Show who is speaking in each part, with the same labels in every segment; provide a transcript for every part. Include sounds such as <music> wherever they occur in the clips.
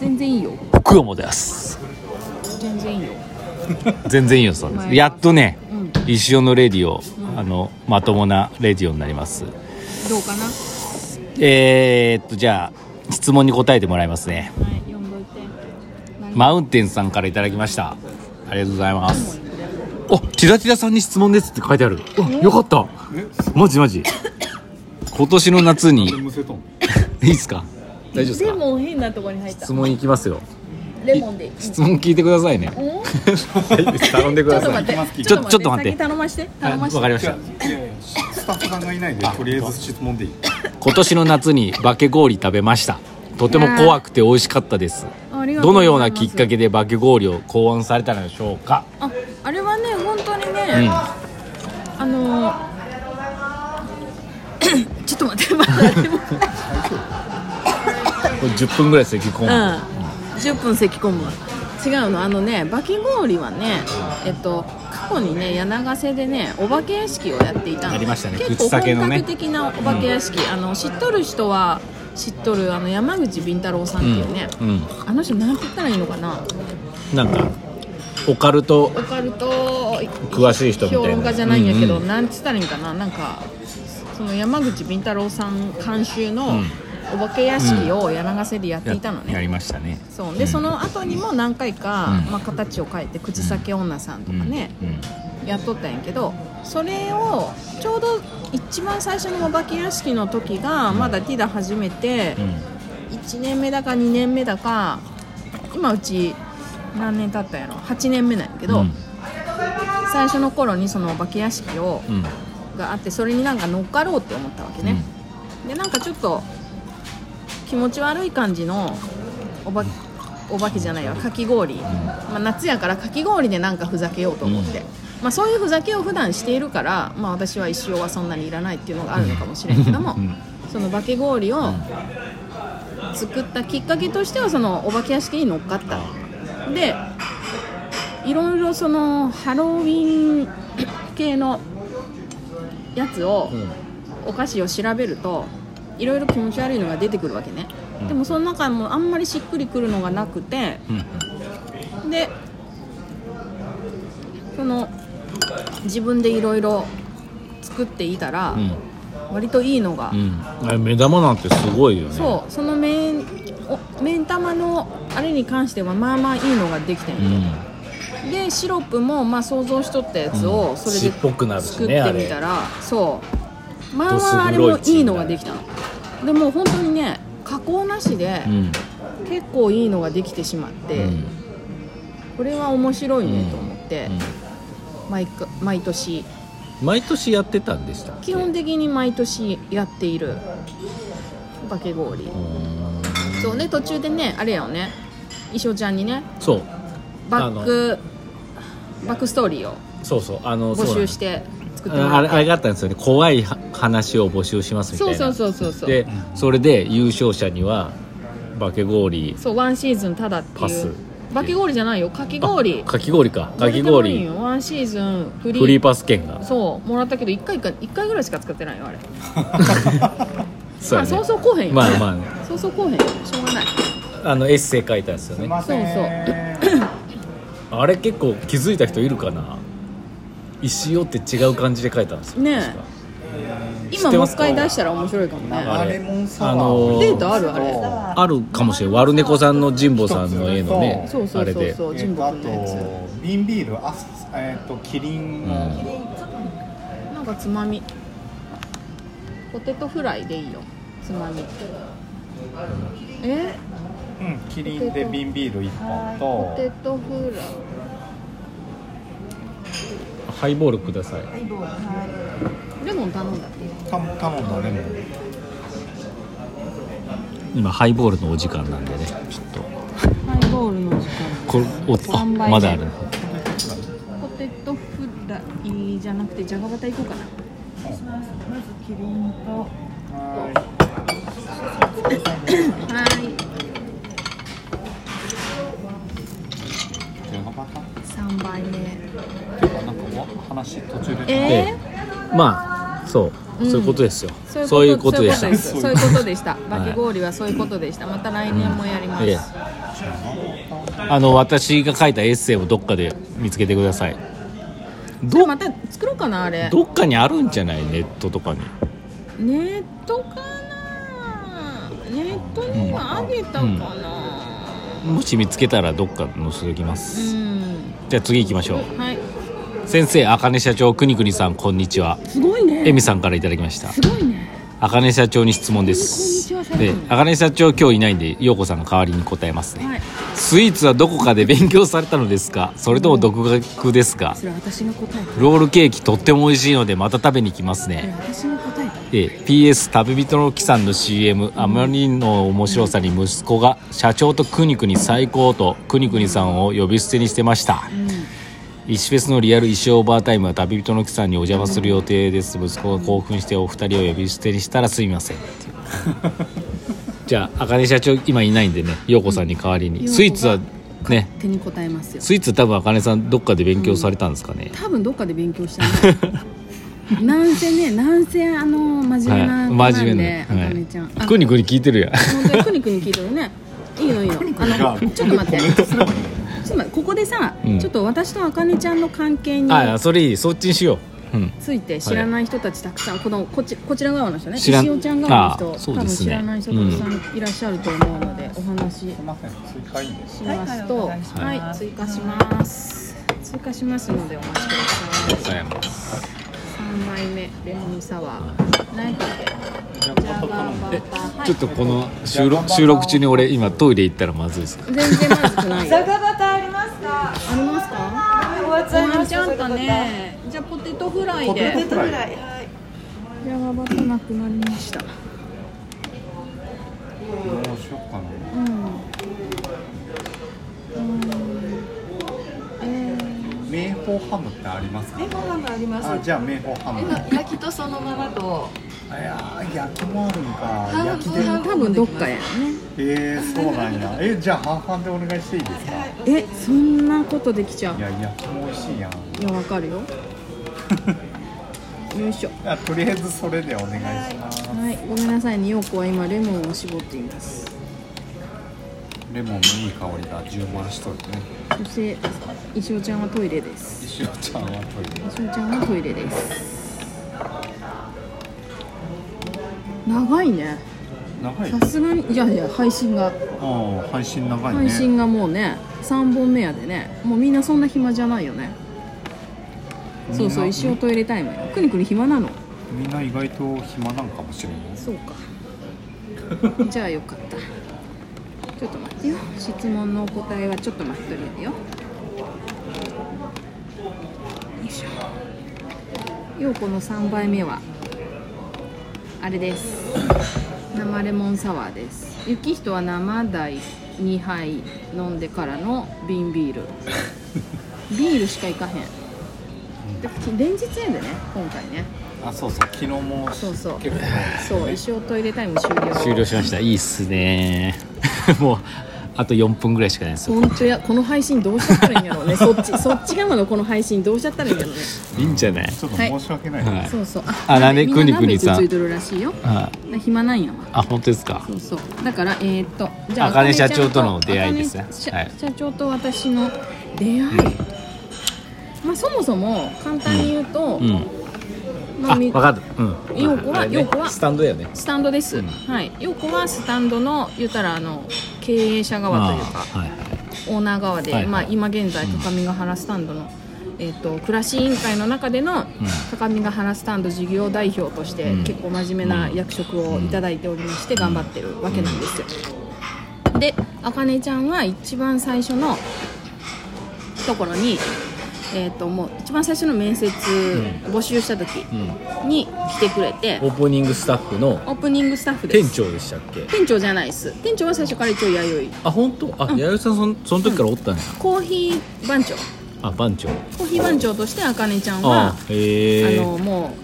Speaker 1: 然いいよ
Speaker 2: 僕はもうです
Speaker 1: 全然いいよ
Speaker 2: 全然いいよそうで
Speaker 1: お
Speaker 2: す
Speaker 1: 前
Speaker 2: やっとね
Speaker 1: うん
Speaker 2: 石尾のレディオ、あのまともなレディオになります
Speaker 1: どうかなは
Speaker 2: えー、っとじゃあ質問に答えてもらいますね
Speaker 1: い読んどいて
Speaker 2: マウンテンさんからいただきましたありがとうございますおティラティラさんに質問ですって書いてあるあよかったマジマジ <laughs> 今年の夏 <laughs> に
Speaker 3: むせとん
Speaker 2: いいっすか大丈夫です
Speaker 1: レ
Speaker 2: か
Speaker 1: モン変なとこに入った
Speaker 2: 質問いきますよ
Speaker 1: レモンでいい
Speaker 2: 質問聞いてくださいね
Speaker 1: うん
Speaker 2: <laughs> 頼んでく
Speaker 1: ちょ
Speaker 2: だ
Speaker 1: っと
Speaker 2: さい
Speaker 1: 待
Speaker 3: 行きま
Speaker 1: っ
Speaker 3: す
Speaker 1: て
Speaker 3: き
Speaker 2: ちょちょっと待って
Speaker 1: 先頼まして頼ま
Speaker 2: わ
Speaker 1: して
Speaker 2: かりまし
Speaker 3: じ
Speaker 2: た
Speaker 3: ゃあいやいやスタッフさんがいないんでとりあえず質問でいい
Speaker 2: 今年の夏に化け氷食べましたとても怖くて美味しかったです
Speaker 1: ありがと
Speaker 2: ど
Speaker 1: ご
Speaker 2: の
Speaker 1: ざい
Speaker 2: よう
Speaker 1: ま
Speaker 2: な
Speaker 1: す
Speaker 2: きっかけで化け氷を考案されたのでしょうか
Speaker 1: ああれはね本当にね、
Speaker 2: うん
Speaker 1: あのー <coughs> ちょっと待ってまだでも、
Speaker 2: これ10分ぐらいですよ結
Speaker 1: う
Speaker 2: 構
Speaker 1: ん、10分咳込むわ違うのあのねバキ氷はねえっと過去にね柳ヶ瀬でねお化け屋敷をやっていたの
Speaker 2: やりましたね
Speaker 1: 結
Speaker 2: 口
Speaker 1: 構
Speaker 2: 裂け
Speaker 1: 本
Speaker 2: のね
Speaker 1: 格的なお化け屋敷、あの知っとる人は知っとるあの山口敏太郎さんっていうね、
Speaker 2: うん、
Speaker 1: あの人なんて言ったらいいのかな
Speaker 2: なんかオカルト
Speaker 1: オカルト
Speaker 2: 詳しい人みたいな
Speaker 1: 評論家じゃないんやけど、
Speaker 2: うんうん
Speaker 1: なんつったらいいんかななんかその山口敏太郎さん監修
Speaker 2: う
Speaker 1: の
Speaker 2: ん
Speaker 1: お化け屋敷を柳ヶ瀬でやっていたのね、
Speaker 2: やりましたね
Speaker 1: そうで、
Speaker 2: うん
Speaker 1: その後にも何回か、
Speaker 2: うん
Speaker 1: まあ、形を変えて口裂け女さんとかね、
Speaker 2: うんうん
Speaker 1: やっとったんやけどそれをちょうど一番最初のお化け屋敷の時がまだティダ始めて、1年目だか2年目だか今うち何年経ったんやろ8年目なんやけど、
Speaker 2: うん
Speaker 1: 最初の頃にそのお化け屋敷を、
Speaker 2: うん
Speaker 1: があってそれになんか乗っかろうって思ったわけね、でなんかちょっと気持ち悪い感じのおばお化けじゃないわかき氷、まあ、夏やからかき氷でなんかふざけようと思って、
Speaker 2: うん
Speaker 1: まあ、そういうふざけを普段しているから、まあ、私は一生はそんなにいらないっていうのがあるのかもしれんけども、
Speaker 2: うん
Speaker 1: その化け氷を作ったきっかけとしてはそのお化け屋敷に乗っかったでいろいろそのハロウィン系のやつを、
Speaker 2: うん
Speaker 1: お菓子を調べるといろいろ気持ち悪いのが出てくるわけね、
Speaker 2: うん
Speaker 1: でもその中もあんまりしっくりくるのがなくて
Speaker 2: うん
Speaker 1: でその自分でいろいろ作っていたら、
Speaker 2: うん
Speaker 1: 割といいのが、
Speaker 2: うんあれ目玉なんてすごいよね
Speaker 1: そうその面お面玉のあれに関してはまあまあいいのができてん
Speaker 2: う
Speaker 1: よ、
Speaker 2: ん
Speaker 1: でシロップもまあ想像しとったやつ
Speaker 2: う
Speaker 1: を
Speaker 2: ん
Speaker 1: それ
Speaker 2: ちっぽくな
Speaker 1: で
Speaker 2: るしね
Speaker 1: 作ってみたら、そうまあまああれ
Speaker 2: ど
Speaker 1: も
Speaker 2: す
Speaker 1: い
Speaker 2: 黒い
Speaker 1: いのができたのでもう本当にね加工なしで
Speaker 2: うん
Speaker 1: 結構いいのができてしまって、
Speaker 2: うん
Speaker 1: これは面白いねと思って、
Speaker 2: うん
Speaker 1: 毎回毎年
Speaker 2: 毎年やってたんでしたっけ
Speaker 1: 基本的に毎年やっている化け氷、
Speaker 2: うん
Speaker 1: そうね途中でねあれやよね衣装ちゃんにね
Speaker 2: そう
Speaker 1: バックバックストーリーを
Speaker 2: そうそうあの
Speaker 1: 募
Speaker 2: そうな
Speaker 1: 集
Speaker 2: の
Speaker 1: して作っても
Speaker 2: あ
Speaker 1: ら
Speaker 2: れ
Speaker 1: っ
Speaker 2: あれがあったんですよね怖いは話を募集します
Speaker 1: て
Speaker 2: みたい
Speaker 1: そう
Speaker 2: な
Speaker 1: そうそうそうそう
Speaker 2: でそれで優勝者には化け氷
Speaker 1: そうワンシーズンただって
Speaker 2: パ
Speaker 1: い
Speaker 2: ス
Speaker 1: う化け氷じゃないよかき氷
Speaker 2: あかき氷かかき
Speaker 1: これでもいい
Speaker 2: 氷
Speaker 1: よワンシーズンフリー
Speaker 2: フリーパス券が
Speaker 1: そうもらったけど1回か一回ぐらいしか使ってないよあれまあ
Speaker 2: そうやね
Speaker 1: そうそうこうへんよ、
Speaker 2: まあまあね
Speaker 1: そうそうこうへんよしょうがない
Speaker 2: あのエッセイ書いたんですよ
Speaker 3: すい
Speaker 2: ね
Speaker 3: ませんそうそう
Speaker 2: あれ結構気づいた人いるかな石尾って違う感じで書いたんですよ
Speaker 1: ねえ
Speaker 2: 確か知っ
Speaker 1: 今も
Speaker 2: て
Speaker 1: う
Speaker 2: ます
Speaker 1: 一
Speaker 2: か
Speaker 1: 回出したら面白いかもね
Speaker 2: あ
Speaker 3: あ
Speaker 2: れ
Speaker 3: れもんさ
Speaker 2: あの
Speaker 1: デートあるあれ
Speaker 2: あるかもしれない悪猫さんの神保さんの絵のね
Speaker 1: そうそ
Speaker 2: あ
Speaker 1: う
Speaker 2: れ
Speaker 1: そう
Speaker 2: で
Speaker 1: そう
Speaker 3: え
Speaker 1: 神
Speaker 3: っと
Speaker 1: 保君
Speaker 3: あ
Speaker 1: のやつ
Speaker 3: と瓶ビールあすえっとキリンの
Speaker 1: なんかつまみポテトフライでいいよつまみえ
Speaker 3: うんキリンで瓶ビール一本
Speaker 1: ポテ
Speaker 3: と
Speaker 1: トフライ
Speaker 2: ハイボールください
Speaker 1: レモン頼んだっていい
Speaker 3: タモタモンだね
Speaker 2: 今ハイボールのお時間なんでねちょっと
Speaker 1: ハイボールの時
Speaker 2: これおあ
Speaker 1: 三杯
Speaker 2: まだある
Speaker 1: 間ポテトフライじゃなくてじゃがバタ行こうかなはい
Speaker 3: じゃがバタ
Speaker 1: 三杯目
Speaker 3: なんかお話途中で
Speaker 1: え
Speaker 2: で
Speaker 1: ー、
Speaker 2: まあそう、
Speaker 1: うん
Speaker 2: そういうことですよ
Speaker 1: そういうこと
Speaker 2: そういうことでした
Speaker 1: そういうことでした。
Speaker 2: い
Speaker 1: バケ氷はそういうことでした。また来年もやります。
Speaker 2: ええあの私が書いたエッセイをどっかで見つけてくださいど
Speaker 1: また作ろうかなあれ
Speaker 2: どっかにあるんじゃないネットとかに
Speaker 1: ネットかなネットにはあげたかな
Speaker 2: もし見つけたらどっか載せておきま
Speaker 1: う
Speaker 2: す、
Speaker 1: ん、
Speaker 2: じゃあ次行きましょう
Speaker 1: はい
Speaker 2: 先生茜社長くにくにさんこんにちは
Speaker 1: すごいね
Speaker 2: えみさんからいただきました
Speaker 1: すごいね
Speaker 2: 茜社長に質問です
Speaker 1: こんにちは
Speaker 2: で茜社長今日いないんで陽子さんの代わりに答えますね、
Speaker 1: はい
Speaker 2: スイーツはどこかで勉強されたのですかそれとも独学ですか
Speaker 1: それは私の答えだ
Speaker 2: ロールケーキとっても美味しいのでまた食べに来ます
Speaker 1: これ
Speaker 2: ね、
Speaker 1: 私の答えだ
Speaker 2: ええ PS 旅人の木さんの CM あまりの面白さに息子が社長とくにくに最高とくにくにさんを呼び捨てにしてました、石フェスのリアル石オーバータイムは旅人の木さんにお邪魔する予定です息子が興奮してお二人を呼び捨てにしたらすみま <laughs> せんじゃあ茜社長今いないんでね陽子さんに代わりに、
Speaker 1: うん
Speaker 2: スイーツはね
Speaker 1: 手に答えますよ
Speaker 2: スイーツ多分茜さんどっかで勉強されたんですかね、
Speaker 1: 多分どっかで勉強した
Speaker 2: <laughs>
Speaker 1: ねなんせねなんせあの真面目な子な
Speaker 2: はい、真
Speaker 1: ん
Speaker 2: 面
Speaker 1: で
Speaker 2: 目
Speaker 1: あか
Speaker 2: な、はい
Speaker 1: ねちゃんあ、
Speaker 2: くにくに聞いてるやん
Speaker 1: 本当にクニクニ聞いてるねいいのいいのあのちょっと待ってちょっと待ってここでさ、
Speaker 2: うん
Speaker 1: ちょっと私とあかねちゃんの関係に
Speaker 2: ああそれいいそっちにしよう、うん、
Speaker 1: ついて知らない人たちたくさん、このこっちこちら側の人ね
Speaker 2: 知らん
Speaker 1: 石尾ちゃん側の
Speaker 2: あ
Speaker 1: 人、
Speaker 2: そう
Speaker 1: 多
Speaker 2: で
Speaker 1: 分
Speaker 2: す
Speaker 1: 知
Speaker 2: ね
Speaker 1: らない人たくさんいらっしゃると思うので、お話し
Speaker 3: すいません追加いいんです
Speaker 1: ますとはい、
Speaker 2: はい
Speaker 1: 追加します追加しますのでお待ちください3枚目レモンサワー何だっ
Speaker 3: じゃあ
Speaker 1: けジャガーバーバーはい
Speaker 2: ちょっとこの収録収録中に俺今トイレ行ったらまずいですか
Speaker 1: 全然まずくないよ
Speaker 4: ザガバタあります
Speaker 1: あ
Speaker 4: か。
Speaker 1: りますか
Speaker 4: 終わっちゃい
Speaker 1: お
Speaker 4: ま
Speaker 1: 前
Speaker 4: し
Speaker 1: ち
Speaker 4: た。
Speaker 1: ゃんかねじゃあポテトフライ
Speaker 3: ポ
Speaker 1: で
Speaker 3: テ
Speaker 4: ザ
Speaker 3: ト
Speaker 4: ガバタ。
Speaker 3: フライ
Speaker 4: はい。
Speaker 1: いやバタなくなりました
Speaker 3: どうしようかな
Speaker 1: うんうんえ
Speaker 3: 明宝ハムってありますか
Speaker 4: え、ご飯がありま
Speaker 3: あ
Speaker 4: す。
Speaker 3: じゃあ明宝ハム
Speaker 4: 今焼きとそのままと。
Speaker 3: いやー焼きもあるんか
Speaker 4: 半
Speaker 3: 焼きで
Speaker 4: 分
Speaker 1: ー多分どっかやね
Speaker 3: えー、そうなん <laughs> やえじゃあ半々でお願いしていいですかい
Speaker 1: えそんなことできちゃう
Speaker 3: や焼きも美味しいや
Speaker 1: い
Speaker 3: ん
Speaker 1: やわかる <laughs> よよいしょ
Speaker 3: あとりあえずそれでお願いします
Speaker 1: はいごめんなさいね陽子は今レモンを絞っています
Speaker 3: レモンのいい香りが充満しとるね
Speaker 1: そして石尾ちゃんはトイレです
Speaker 3: 石尾ちゃんはという
Speaker 1: 石尾ちゃんはトイレです長いね
Speaker 3: 長い
Speaker 1: さすがにいやいや配信が
Speaker 3: ああ配信長いね
Speaker 1: 配信がもうね3本目やでねもうみんなそんな暇じゃないよねそうそう石尾トイレタイムよくにくに暇なの
Speaker 3: みんな意外と暇なんかもしれない
Speaker 1: そうかじゃあよかったちょっと待ってよ質問のお答えはちょっと待っとるよよいしょようこの3杯目はあれです生レモンサワーですゆきひとは生大2杯飲んでからの瓶ビールビールしかいかへんで連日やでね今回ね
Speaker 3: あそうそう昨日も
Speaker 1: そうそう
Speaker 3: 結構
Speaker 1: そう一生トイレタイム終了
Speaker 2: 終了しましたいいっすね <laughs> もうあと4分ぐらいしかないですよ
Speaker 1: 本当やこの配信どうしちゃったらいいんや
Speaker 2: <laughs>
Speaker 1: ろうねそっちそっち側のこの配信どうしちゃったらいいんやろうね
Speaker 2: いいんじゃない
Speaker 3: ちょっと申し訳ない、
Speaker 2: はい
Speaker 1: そうそう
Speaker 2: あなんで
Speaker 1: みな
Speaker 2: くにくにさん
Speaker 1: 鍋つついてるらしいよ
Speaker 2: あ
Speaker 1: な暇なんやわ
Speaker 2: あ本当ですか
Speaker 1: そうそうだからえー、っとじ
Speaker 2: あかね社長との出会いですね
Speaker 1: あか社
Speaker 2: はい
Speaker 1: 社長と私の出会い、まあそもそも簡単に言うと、
Speaker 2: うん
Speaker 1: ま
Speaker 2: あ
Speaker 1: あみ
Speaker 2: 分かったうん
Speaker 1: 陽子は
Speaker 2: あれね
Speaker 1: 陽子は
Speaker 2: スタンドだよね
Speaker 1: スタンドです、
Speaker 2: うん
Speaker 1: はい陽子はスタンドの言うたらあの経営者側というか
Speaker 2: あはいはい
Speaker 1: オーナー側で、
Speaker 2: はいはい
Speaker 1: まあ、今現在各務原スタンドの、えっと暮らし委員会の中での各務原スタンド事業代表として、
Speaker 2: うん
Speaker 1: 結構真面目な役職をいただいておりまして、頑張ってるわけなんですよ、であかねちゃんは一番最初のところに、えっともう一番最初の面接募集した時
Speaker 2: うん
Speaker 1: に来てくれて、
Speaker 2: オープニングスタッフの
Speaker 1: オープニングスタッフで
Speaker 2: 店
Speaker 1: す
Speaker 2: 長でしたっけ
Speaker 1: 店長じゃないです店長は最初から一応弥生
Speaker 2: あ本当あ弥生さんそんその時からおったんや
Speaker 1: コーヒー番長
Speaker 2: あ番長
Speaker 1: コーヒー番長としてあかねちゃんは
Speaker 2: あへえ
Speaker 1: あのも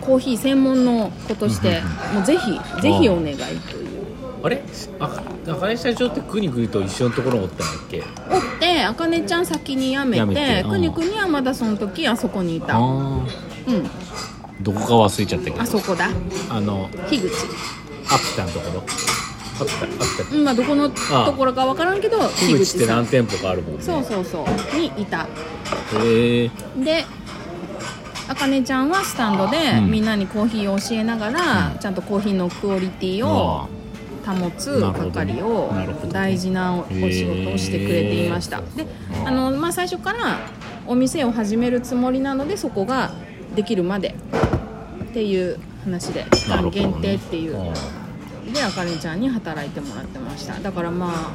Speaker 1: うコーヒー専門の子としてもうぜひぜひお願いという
Speaker 2: あれあ中西社長ってくにくにと一緒のところにおったんだっけ
Speaker 1: おってあかねちゃん先に辞め
Speaker 2: 辞め
Speaker 1: て
Speaker 2: て
Speaker 1: くにくにはまだその時あそこにいたうん
Speaker 2: あーどこか忘れちゃったけど
Speaker 1: あそこだ
Speaker 2: あの
Speaker 1: 樋口
Speaker 2: アピタのところあったあった
Speaker 1: うんまあどこの
Speaker 2: ああ
Speaker 1: ところかわからんけど
Speaker 2: 樋口って
Speaker 1: さ
Speaker 2: 何
Speaker 1: ん
Speaker 2: 店舗かあるもんね
Speaker 1: そうそうそうにいた
Speaker 2: へえ
Speaker 1: であかねちゃんはスタンドで
Speaker 2: うん
Speaker 1: みんなにコーヒーを教えながら、
Speaker 2: うん
Speaker 1: ちゃんとコーヒーのクオリティを保つ
Speaker 2: なるほど
Speaker 1: 係を
Speaker 2: なるほど
Speaker 1: 大事なお仕事をしてくれていました、
Speaker 2: へー
Speaker 1: であの、まあ、最初からお店を始めるつもりなのでそこができるまでっていう話で期間限定っていう、であかねちゃんに働いてもらってましただからま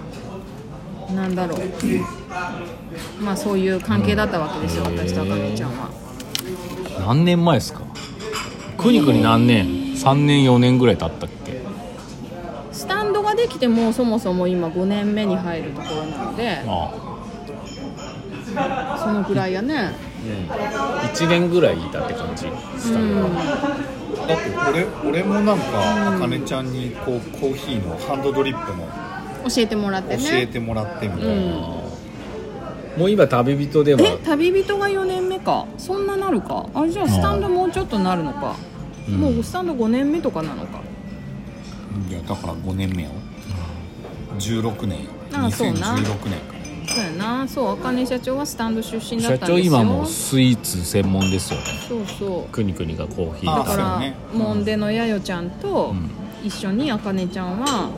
Speaker 1: あなんだろうまあそういう関係だったわけですよ、
Speaker 2: うん
Speaker 1: 私とあかねちゃんは
Speaker 2: 何年前ですかくにくに何年3年4年ぐらい経ったっけ
Speaker 1: スタンドができてもうそもそも今5年目に入るところなので
Speaker 2: あ
Speaker 1: そのくらいやね
Speaker 2: 1年ぐらいいたって感じスタンドが
Speaker 3: だって俺俺もなんかあかねちゃんにこうコーヒーのハンドドリップの
Speaker 1: 教えてもらってね
Speaker 3: 教えてもらってみたいな、
Speaker 1: うん
Speaker 2: もう今旅人で
Speaker 1: え
Speaker 2: は
Speaker 1: 旅人が4年目かそんななるかあじゃあスタンドもうちょっとなるのか、
Speaker 2: うん
Speaker 1: もうスタンド5年目とかなのか
Speaker 3: いやだから5年目よ16年
Speaker 1: ああそう
Speaker 3: 2016年
Speaker 1: な
Speaker 3: か
Speaker 1: そうやなそうあかね社長はスタンド出身だ
Speaker 2: 社
Speaker 1: ったんですよ
Speaker 2: 長今もうスイーツ専門ですよね
Speaker 1: そうそう
Speaker 2: くにくにがコーヒ
Speaker 3: あ
Speaker 1: だ
Speaker 2: ー
Speaker 1: か
Speaker 2: 出す
Speaker 1: ら、
Speaker 3: そうね
Speaker 1: モンデのやよちゃんと
Speaker 2: うん
Speaker 1: 一緒にあかねちゃんは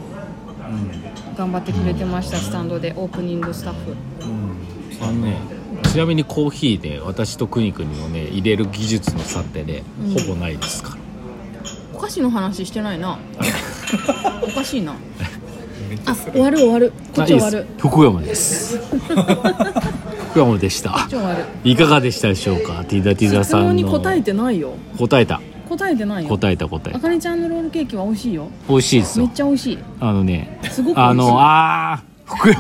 Speaker 3: なうん
Speaker 1: 頑張ってくれてました、スタンドでオープニングスタッフ
Speaker 2: あのねちなみにコーヒーで私とくにくにのね入れる技術の差ってね、
Speaker 1: うん
Speaker 2: ほぼないですから
Speaker 1: お菓子の話してないなおかしいな
Speaker 3: めっちゃ
Speaker 1: あ終わる終わるこっち終わ
Speaker 2: あいい
Speaker 1: る
Speaker 2: です福山です <laughs> 福山でした
Speaker 1: こっち終わる
Speaker 2: いかがでしたでしょうかティダティダ
Speaker 1: 質
Speaker 2: さ
Speaker 1: 問
Speaker 2: ん
Speaker 1: に
Speaker 2: の
Speaker 1: 答えてないよ
Speaker 2: 答えた
Speaker 1: 答えてないよ
Speaker 2: 答えた答え
Speaker 1: あ
Speaker 2: た
Speaker 1: かねちゃんのロールケーキは美味しいよ
Speaker 2: 美味しいです
Speaker 1: めっ
Speaker 2: よ
Speaker 1: ちゃ美味しい
Speaker 2: あのね
Speaker 1: すごく美味しい
Speaker 2: あのあー福